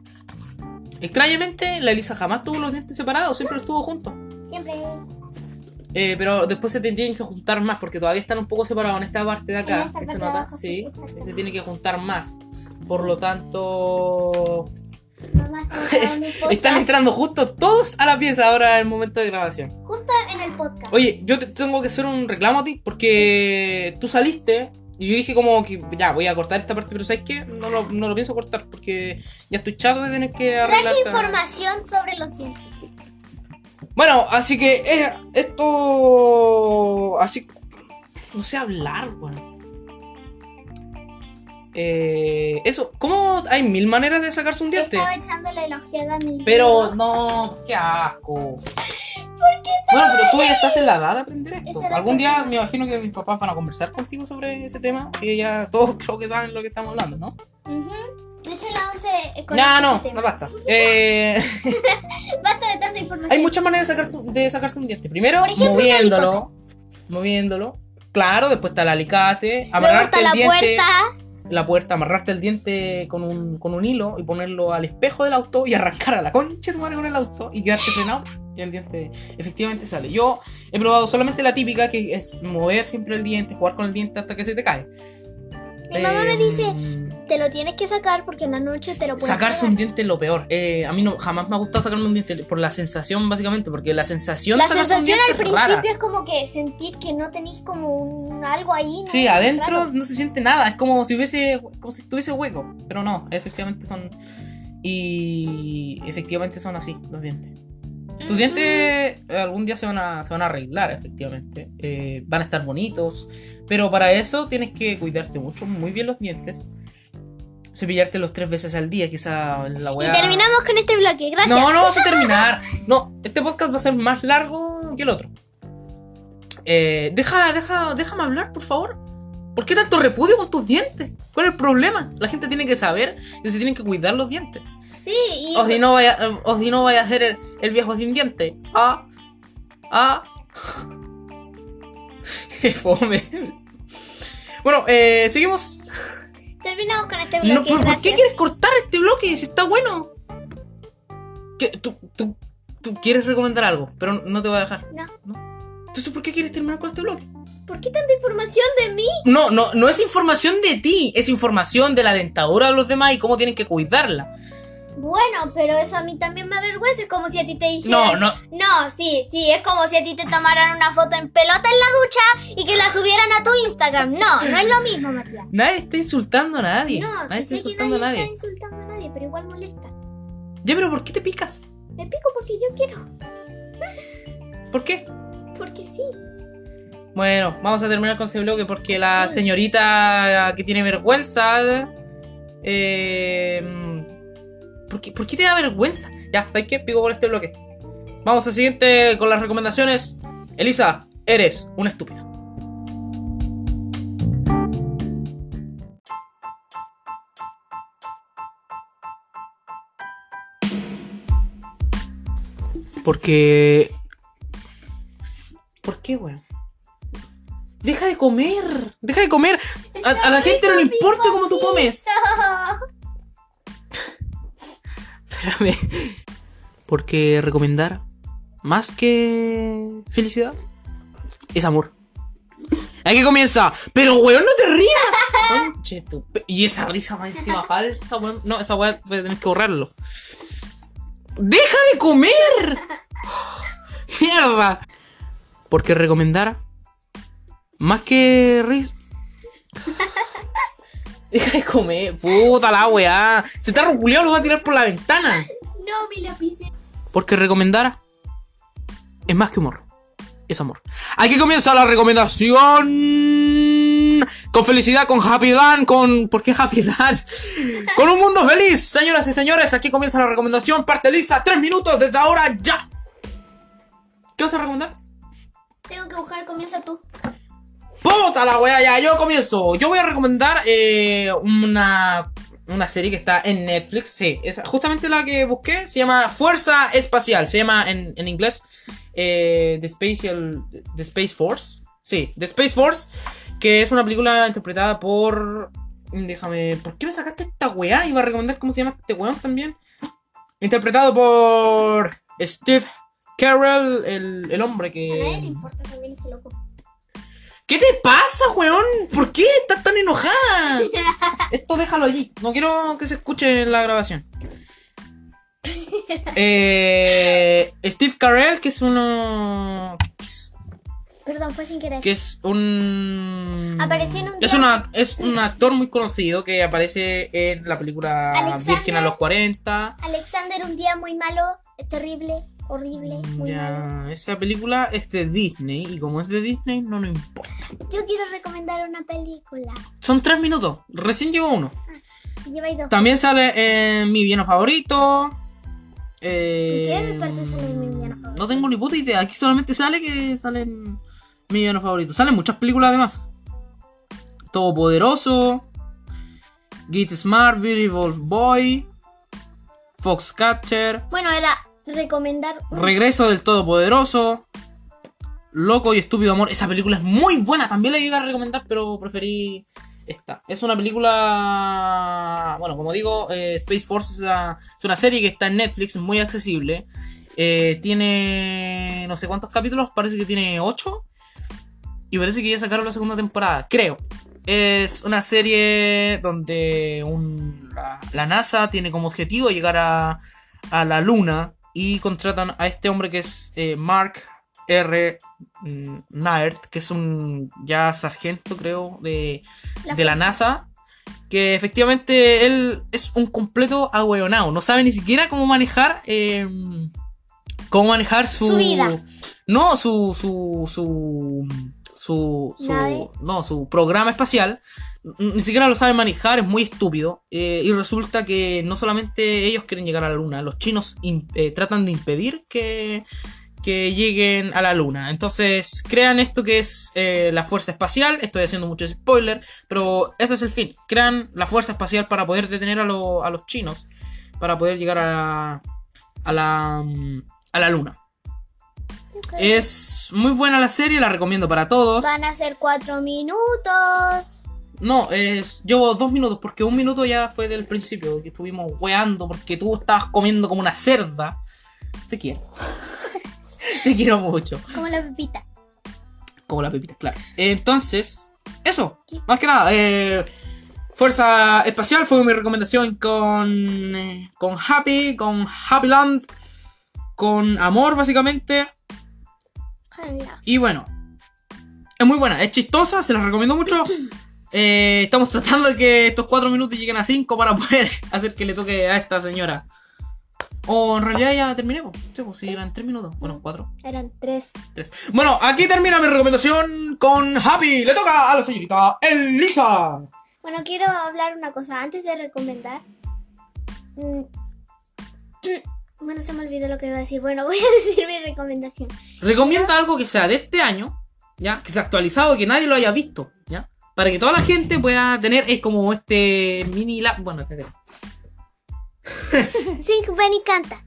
Extrañamente, la Elisa jamás tuvo los dientes separados, siempre los tuvo juntos. Siempre. Eh, pero después se te tienen que juntar más porque todavía están un poco separados en esta parte de En acá. esta ¿Se parte nota? de abajo, Sí. sí, exactamente. Se tiene que juntar más. Por lo tanto, Mamá está grabando un podcast. están entrando justo todos a la pieza ahora en el momento de grabación. Justo Ah, en el podcast. Oye, yo te tengo que hacer un reclamo a ti porque tú saliste y yo dije como que ya voy a cortar esta parte, pero ¿sabes qué? No lo, no lo pienso cortar porque ya estoy chato de tener que arreglar. Traje esta- información sobre los dientes. Bueno, así que eh, esto... Así... No sé hablar, bueno. Eh, eso, ¿cómo hay mil maneras de sacarse un diente? Estaba echándole la ojeada a mi Pero reloj. no, qué asco. Bueno, pero tú ya estás en la edad de aprender esto. Esa era Algún la día pregunta. me imagino que mis papás van a conversar contigo sobre ese tema y ya todos creo que saben lo que estamos hablando, ¿no? Ujú. De hecho, la 11 con No, este no, tema. no basta. Eh, Basta de tanta información. hay muchas maneras de, sacar tu- de sacarse un diente. Primero, Por ejemplo, una moviéndolo. Moviéndolo. Claro, después está el alicate, Luego amarrarte está la el diente, puerta. la puerta, amarrarte el diente con un, con un hilo y ponerlo al espejo del auto y arrancar a la concha de tu madre con el auto y quedarte frenado y el diente efectivamente sale. Yo he probado solamente la típica que es mover siempre el diente, jugar con el diente hasta que se te cae. Mi mamá me Em, dice, Te lo tienes que sacar porque en la noche te lo puedes Sacarse pegar". un diente es lo peor. Eh, a mí no, jamás me ha gustado sacarme un diente por la sensación, básicamente, porque la sensación La de sacarse un sensación diente al es principio rara. es como que sentir que no tenéis como un algo ahí. ¿no? Sí, Raro. adentro no se siente nada, es como si hubiese como si tuviese hueco, pero no, efectivamente son y efectivamente son así los dientes. Tus Ujú. dientes eh, algún día se van a, se van a arreglar, efectivamente. eh, van a estar bonitos. Pero para eso tienes que cuidarte mucho, muy bien los dientes. Cepillarte los tres veces al día, quizá en la Y weá. terminamos con este bloque, gracias. No, no vamos a terminar. No, este podcast va a ser más largo que el otro. Eh, deja, deja, déjame hablar, por favor. ¿Por qué tanto repudio con tus dientes? ¿Cuál es el problema? La gente tiene que saber que se tienen que cuidar los dientes. Sí, y O si no vaya, o si no vaya a ser el, el viejo sin diente. Ah, ah. Qué fome. Bueno, eh, seguimos. terminamos con este bloque. No, ¿por, por qué gracias. quieres cortar este bloque si está bueno? ¿Qué- tú, tú- tú quieres recomendar algo, pero no te voy a dejar. No. Entonces, ¿por qué quieres terminar con este bloque? ¿Por qué tanta información de mí? No, no, no es información de ti, es información de la dentadura de los demás y cómo tienen que cuidarla. Bueno, pero eso a mí también me avergüenza. Es como si a ti te No, dijeran. no, No, sí, sí. Es como si a ti te tomaran una foto en pelota en la ducha y que la subieran a tu Instagram. No, no es lo mismo, Matías. nadie está insultando a nadie. No, nadie sí está sé que insultando nadie, a nadie. está insultando a nadie, pero igual molesta. Ya, pero ¿por qué te picas? Me pico porque yo quiero. ¿Por qué? Porque sí. Bueno, vamos a terminar con este bloque porque la señorita que tiene vergüenza. eh, ¿por, qué, por qué te da vergüenza? Ya, ¿sabes qué? Pico por este bloque. Vamos al siguiente con las recomendaciones. Elisa, eres una estúpida. Porque. ¿Por qué, weón? Deja de comer. Deja de comer. A, a la gente no le importa cómo tú comes. Espérame. Porque recomendar, más que felicidad, es amor. Aquí comienza. Pero, weón, no te rías. Conche tu pe- Y esa risa más encima falsa, weón. No, esa weá voy a tener que borrarlo. ¡Deja de comer! ¡Mierda! Porque recomendar, más que risa. Deja de comer, puta la weá. Se está reculeado, lo va a tirar por la ventana. No, mi lapicera. Porque recomendar es más que humor, es amor. Aquí comienza la recomendación. Con felicidad, con Happy Dan, con... ¿Por qué Happy Dan? Con un mundo feliz, señoras y señores. Aquí comienza la recomendación. Parte lista, tres minutos desde ahora ya. ¿Qué vas a recomendar? Tengo que buscar, comienza tú. ¡Puta la wea! Ya, yo comienzo. Yo voy a recomendar eh, una, una serie que está en Netflix. Sí, es justamente la que busqué. Se llama Fuerza Espacial. Se llama en, en inglés eh, The, Spatial, The Space Force. Sí, The Space Force. Que es una película interpretada por. Déjame. ¿Por qué me sacaste esta weá? Iba a recomendar cómo se llama este weón también. Interpretado por Steve Carell, el, el hombre A nadie le que. importa también ese loco. ¿Qué te pasa, weón? ¿Por qué estás tan enojada? Esto déjalo allí. No quiero que se escuche en la grabación. Eh, Steve Carell, que es uno. Perdón, fue sin querer. que es un. Apareció en un es, día- una, es un actor muy conocido que aparece en la película Alexander. Virgen a los 40. Alexander, un día muy malo, terrible, horrible, muy malo. Ya, esa película es de Disney y como es de Disney no nos importa. Yo quiero recomendar una película. Son tres minutos, recién llegó uno. Lleváis dos. También sale eh, mi villano favorito. ¿En Eh, qué parte sale mi villano favorito? No tengo ni puta idea, aquí solamente sale que salen mi villano favorito. Salen muchas películas además. Todopoderoso, Get Smart, Beautiful Boy, Foxcatcher, Bueno, era recomendar una. Regreso del Todopoderoso, Loco y Estúpido Amor. Esa película es muy buena, también la iba a recomendar, pero preferí esta. Es una película, bueno, como digo, eh, Space Force es una, es una serie que está en Netflix, muy accesible. Eh, tiene no sé cuántos capítulos, parece que tiene 8. Y parece que ya sacaron la segunda temporada, creo. Es una serie donde un- la, la NASA tiene como objetivo llegar a, a la Luna y contratan a este hombre que es eh, Mark R. Naird, que es un ya sargento, creo, de, de la NASA. Que efectivamente él es un completo agüeonado. No sabe ni siquiera cómo manejar. eh, cómo manejar su. Su vida. No, su. su. su. su. su- Nave. no, su programa espacial. N- Ni siquiera lo sabe manejar, es muy estúpido. eh, y resulta que no solamente ellos quieren llegar a la luna, los chinos im- eh, tratan de impedir que, que lleguen a la luna. Entonces crean esto que es eh, la Fuerza Espacial. Estoy haciendo muchos spoilers, pero ese es el fin. Crean la Fuerza Espacial para poder detener a, lo- a los chinos, para poder llegar a, a, la, mm, a la luna. Ok. Es muy buena la serie, la recomiendo para todos. Van a ser cuatro minutos. No, es, llevo dos minutos, porque un minuto ya fue del principio, que estuvimos weando, porque tú estabas comiendo como una cerda. Te quiero. Te quiero mucho. Como la pepita. Como la pepita, claro. Entonces, eso. Más que nada, eh, Fuerza Espacial fue mi recomendación con, eh, con Happy, con Happy Land, con Amor, básicamente. Ojalá. Y bueno, es muy buena, es chistosa, se las recomiendo mucho. Eh, estamos tratando de que estos cuatro minutos lleguen a 5 para poder hacer que le toque a esta señora. O en realidad ya terminemos. Sí, pues, si eran 3 minutos. Bueno, 4, Eran tres. 3. Bueno, aquí termina mi recomendación con Happy. Le toca a la señorita Elisa. Bueno, quiero hablar una cosa antes de recomendar. Mm. Bueno, se me olvidó lo que iba a decir. Bueno, voy a decir mi recomendación. Recomienda algo que sea de este año, ¿ya? Que sea actualizado, que nadie lo haya visto, ¿ya? Para que toda la gente pueda tener, es como este mini lab. Bueno, este Sing Ven y canta.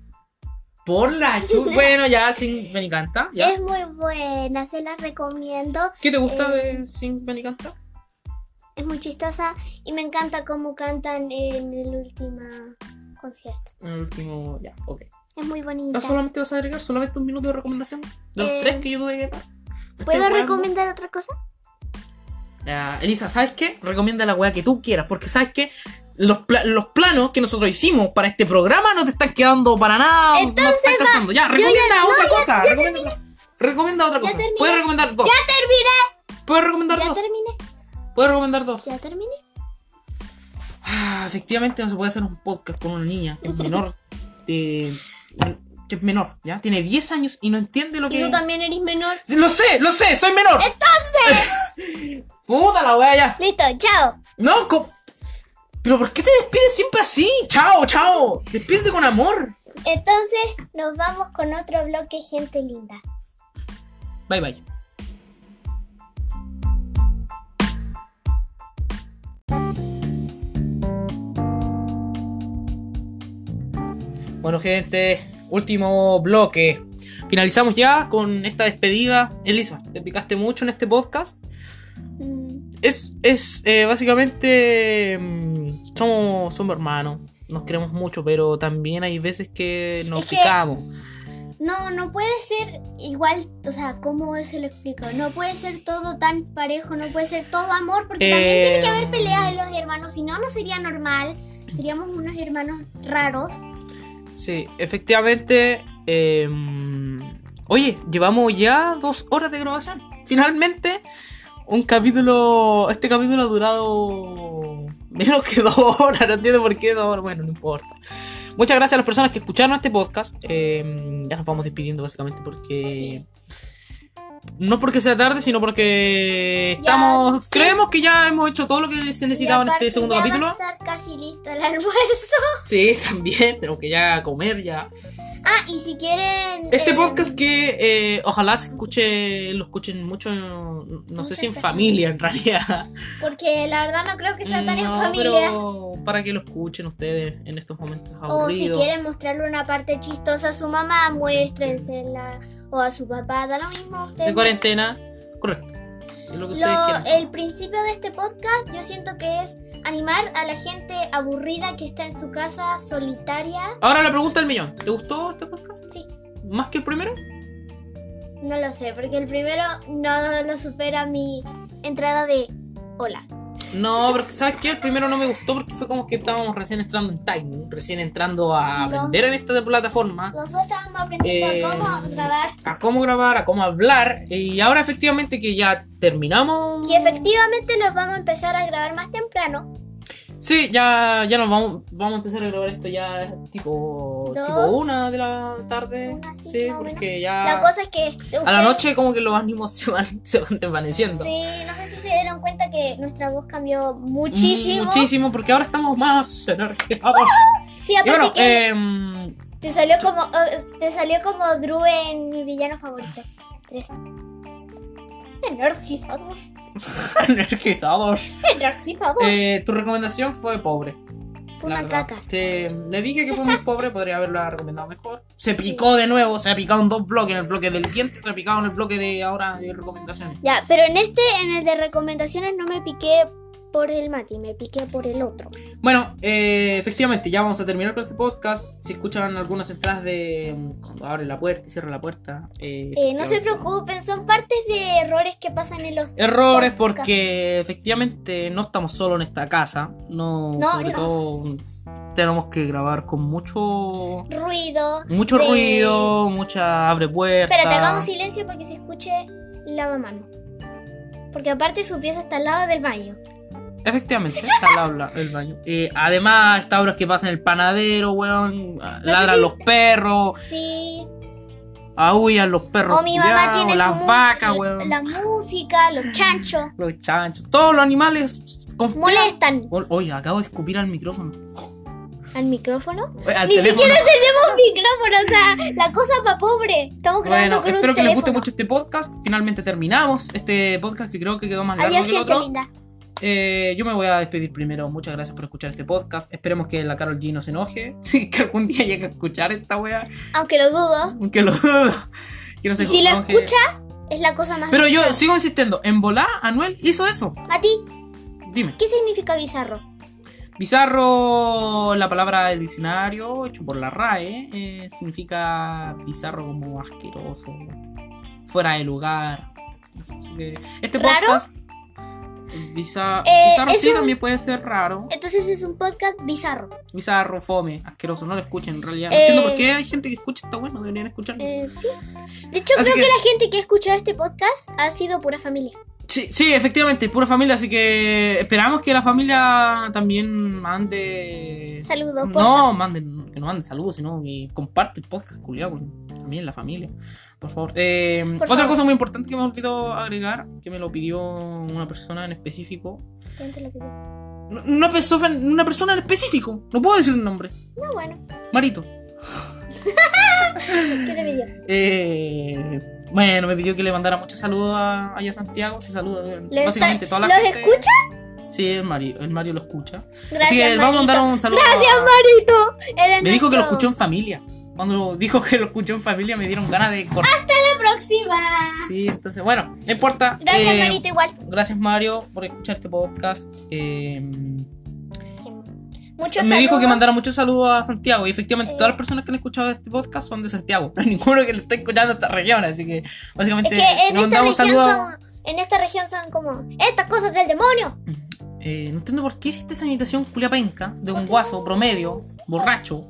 Por la chu- Bueno, ya, sin me encanta. ¿ya? Es muy buena, se la recomiendo. ¿Qué te gusta eh, de sin me encanta? Es muy chistosa y me encanta cómo cantan en el último concierto. El último, ya, ok. Es muy bonita. ¿No solamente vas a agregar solamente un minuto de recomendación? De los Eh, tres que yo tuve que dar. Me ¿Puedo estoy jugando. recomendar otra cosa? Ya, Elisa, ¿sabes qué? Recomienda la weá que tú quieras, porque ¿sabes qué? Los, pla- los planos que nosotros hicimos para este programa no te están quedando para nada. no Entonces están calzando. Ya, yo ya- recomienda no, otra ya- cosa. ya recomienda, recomienda otra Ya cosa. terminé. Puedes recomendar dos. ¡Ya terminé! Puedes recomendar Ya dos. terminé. Puedes recomendar dos. Ya terminé. Ah, efectivamente no se puede hacer un podcast con una niña que es menor de- que es menor, ¿ya? Tiene 10 años y no entiende lo Y que... tú también eres menor. Sí, ¡Lo sé! ¡Lo sé! ¡Soy menor! ¡Entonces! ¡Puta la wea ya! Listo, chao. ¡No! co- ¿Pero por qué te despides siempre así? ¡Chao, chao! ¡Despídete con amor! Entonces nos vamos con otro bloque, gente linda. Bye, bye. Bueno, gente, último bloque. Finalizamos ya con esta despedida. Elisa, te picaste mucho en este podcast. Mm, Es, es eh, básicamente. mm, somos, somos hermanos. Nos queremos mucho, pero también hay veces que nos Es que- picamos. No, no puede ser igual, o sea, ¿cómo se lo explico? No puede ser todo tan parejo, no puede ser todo amor, porque también Eh, tiene que haber peleas en los hermanos, si no, no sería normal. Seríamos unos hermanos raros. Sí, efectivamente. eh, oye, llevamos ya dos horas de grabación. Finalmente, un capítulo. Este capítulo ha durado menos que dos horas. No entiendo por qué dos horas. Bueno, no importa. Muchas gracias a las personas que escucharon este podcast. eh, ya nos vamos despidiendo básicamente porque... Sí. No porque sea tarde, sino porque estamos... sí. Creemos que ya hemos hecho todo lo que se necesitaba en aparte este segundo ya va a capítulo. estar casi listo el almuerzo. Sí, también, tenemos que ya comer ya. Ah, y si quieren. Este eh, podcast que eh, ojalá se escuche, lo escuchen mucho, no sé si en personas. familia en realidad. Porque la verdad no creo que sea tan en No, familia. pero para que lo escuchen ustedes en estos momentos O si aburridos. quieren mostrarle una parte chistosa a su mamá, muéstrensela. O a su papá, da lo mismo. Ustedes de cuarentena. Correcto. Es lo que ustedes Lo- quieran. el principio de este podcast yo siento que es animar a la gente aburrida que está en su casa solitaria. Ahora la pregunta del millón. ¿Te gustó este podcast? Sí. ¿Más que el primero? No lo sé, porque el primero no lo supera mi entrada de hola. No, pero ¿sabes qué? El primero no me gustó porque fue como que estábamos recién entrando en timing, recién entrando a No. aprender en esta plataforma. Los dos estábamos aprendiendo Eh, a cómo grabar. a cómo grabar, a cómo hablar. Y ahora efectivamente que ya terminamos. Y efectivamente los vamos a empezar a grabar más temprano. Sí, ya, ya nos vamos, vamos a empezar a grabar esto ya tipo, Dos. tipo una de la tarde. Una, sí, sí, más o menos. porque ya La cosa es que este- ah, a la ustedes- noche como que los ánimos se van, se van desvaneciendo. Sí, no sé si se dieron cuenta que nuestra voz cambió Mm, muchísimo. Ah, Muchísimo, porque ahora estamos más energizados. Sí, Y aparte bueno, que em, te salió como oh, te salió como Drew en mi villano favorito. Tres. Energizados. energizados. Energizados. Eh, tu recomendación fue pobre. Fue la una verdad. caca. Sí, le dije que fue muy pobre, podría haberla recomendado mejor. Se picó de nuevo, se ha picado en dos bloques, en el bloque del diente, se ha picado en el bloque de ahora de recomendaciones. Ya, pero en este, en el de recomendaciones, no me piqué por el Mati, me piqué por el otro. Bueno, eh, efectivamente, ya vamos a terminar con este podcast. Si escuchan algunas entradas de mm, cuando abre la puerta y cierra la puerta. eh, Eh, no se efectivamente. preocupen, son partes de errores que pasan en los. Errores podcasts. porque efectivamente no estamos solos en esta casa. No, No, sobre no. todo tenemos que grabar con mucho Ruido. mucho de- ruido, mucha abre puerta. Espérate, hagamos silencio para que se escuche la mamá. Porque aparte su pieza está al lado del baño. Efectivamente, está al lado la- el baño. Eh, además, estas obras que pasan en el panadero, weón. ladran si- los perros, Sí. aullan los perros. O mi mamá culiaos, tiene su Las mu- vacas, weón. la música, los chanchos. Los chanchos. Todos los animales. con- Molestan O- Oye, acabo de escupir al micrófono. al micrófono. Oye, Al Ni teléfono. siquiera tenemos micrófono, o sea, la cosa pa' pobre. Estamos grabando Bueno, con un espero que les guste teléfono. mucho este podcast. Finalmente terminamos este podcast que creo que quedó más largo Adiós, que el gente otro. linda. Eh, yo me voy a despedir primero. Muchas gracias por escuchar este podcast. Esperemos que la Carol G no se enoje. que algún día llegue a escuchar esta wea. Aunque lo dudo. Aunque lo dudo. Que no se Y si lo enoje. escucha, es la cosa más. Pero yo bizarra. sigo insistiendo. En volá, Anuel hizo eso. Mati, Dime. ¿qué significa bizarro? Bizarro, la palabra del diccionario, hecho por la RAE, eh, significa bizarro como asqueroso, fuera de lugar. Así que este ¿Raro? podcast. biza- Eh, bizarro es sí un- también puede ser raro. Entonces es un podcast bizarro. Bizarro, fome, asqueroso, no lo escuchen en realidad. No Eh, entiendo por qué hay gente que escucha esta bueno, deberían escucharlo. Eh, sí. De hecho, Así que creo que, es- la gente que ha escuchado este podcast ha sido pura familia. Sí, sí, efectivamente, pura familia, así que esperamos que la familia también mande Saludos. por No, manden, que no manden saludos, sino que comparten podcast, culiado, con también la familia. Por favor. Eh, Por otra favor. cosa muy importante que me olvidó agregar, que me lo pidió una persona en específico. No, No- Una persona, una persona en específico. No puedo decir un nombre. bueno, Marito. ¿qué te pidió? Eh, bueno, me pidió que le mandara muchos saludos a, allá a Santiago. Se saluda. bueno, ¿Lo Básicamente está- toda la ¿Los gente- escucha? Sí, el Mario, el Mario lo escucha. Así que Gracias, le vamos a Marito. mandar un saludo. Gracias, a- Marito. Eres Me dijo que lo escuchó nuestro- en familia. Cuando dijo que lo escuchó en familia me dieron ganas de cortar. La próxima. Sí, entonces, bueno, no importa. Gracias, Eh, Marito, igual. Gracias, Mario, por escuchar este podcast. Eh, Muchos me dijo saludos. que mandara muchos saludos a Santiago. Y efectivamente, Eh. todas las personas que han escuchado este podcast son de Santiago. No hay ninguno que lo esté escuchando de esta región. Así que, Es básicamente, que en nos esta, mandamos región saludos. son, en esta región son como estas cosas del demonio. Eh, no entiendo por qué hiciste esa imitación culiapenca de un guaso promedio, borracho.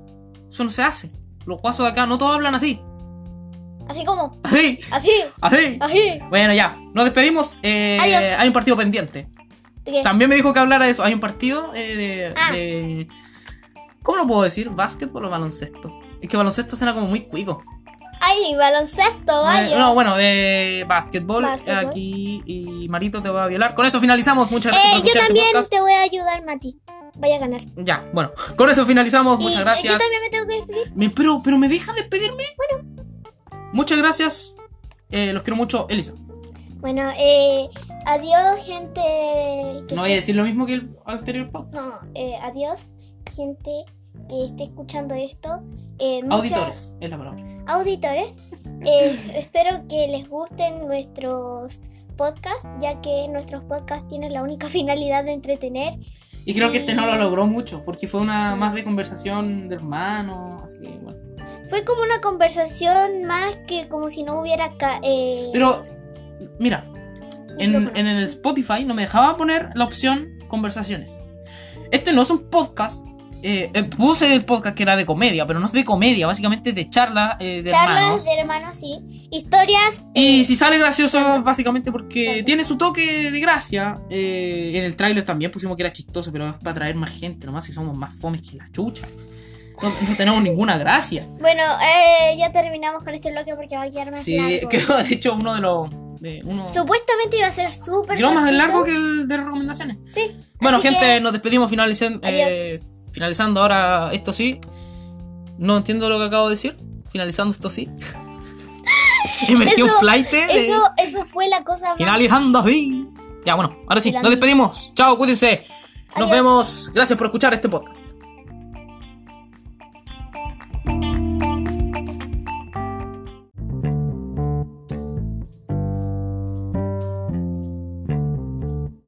Eso no se hace. Los guasos de acá no todos hablan así. Así como, Así, así, así. así. Bueno, ya, nos despedimos. Eh, Adiós. Hay un partido pendiente. ¿De qué? También me dijo que hablara de eso. Hay un partido eh, de, Ah. de- ¿Cómo lo puedo decir? ¿Básquetbol o baloncesto? Es que baloncesto suena como muy cuico. Ay, baloncesto, vaya. Eh, no, bueno, de básquetbol Oh, eh, Básquetbol. aquí y Marito te va a violar. Con esto finalizamos. Muchas gracias Eh, por yo escuchar este también podcast. te voy a ayudar, Mati. Voy a ganar. Ya, bueno, con eso finalizamos. Oh, Y, Muchas eh, gracias. Yo también me tengo que despedir. Me- pero, pero me deja despedirme. Bueno. Muchas gracias. Eh, los quiero mucho, Elisa. Bueno, eh, adiós, gente. que No esté- voy a decir lo mismo que el anterior podcast. No, eh, adiós, gente que esté escuchando esto. Eh, muchas- Auditores, es la palabra. Auditores. Eh, espero que les gusten nuestros podcasts, ya que nuestros podcasts tienen la única finalidad de entretener. Y creo que este no lo logró mucho, porque fue una más de conversación de hermanos. Así que, bueno. Fue como una conversación más que como si no hubiera... ca- eh, Pero, mira, en, micrófono. en el Spotify no me dejaba poner la opción conversaciones. Este no es un podcast. eh, eh, puse el podcast que era de comedia, pero no es de comedia, básicamente es de charla eh, de charlas hermanos. de hermanos, sí. Historias... Y eh, si sale gracioso es básicamente porque Claro. tiene su toque de gracia. Eh, en el tráiler también pusimos que era chistoso, pero es para atraer más gente nomás si somos más fomes que la chucha. No, no tenemos ninguna gracia. Bueno, eh, ya terminamos con este bloque porque va a quedar más Sí, largo. quedó de hecho uno de los... De uno, Supuestamente iba a ser súper... quedó más cortito. largo que el de recomendaciones. Sí. Bueno, Así gente, que- nos despedimos finalicen- eh, finalizando ahora esto sí. No entiendo lo que acabo de decir. Finalizando esto sí. Emergió un Eso- flight. de- Eso, eso fue la cosa más... Finalizando así. Ya, bueno, ahora sí, nos Finalizando. despedimos. Chao, cuídense. Nos Adiós. vemos. Gracias por escuchar este podcast.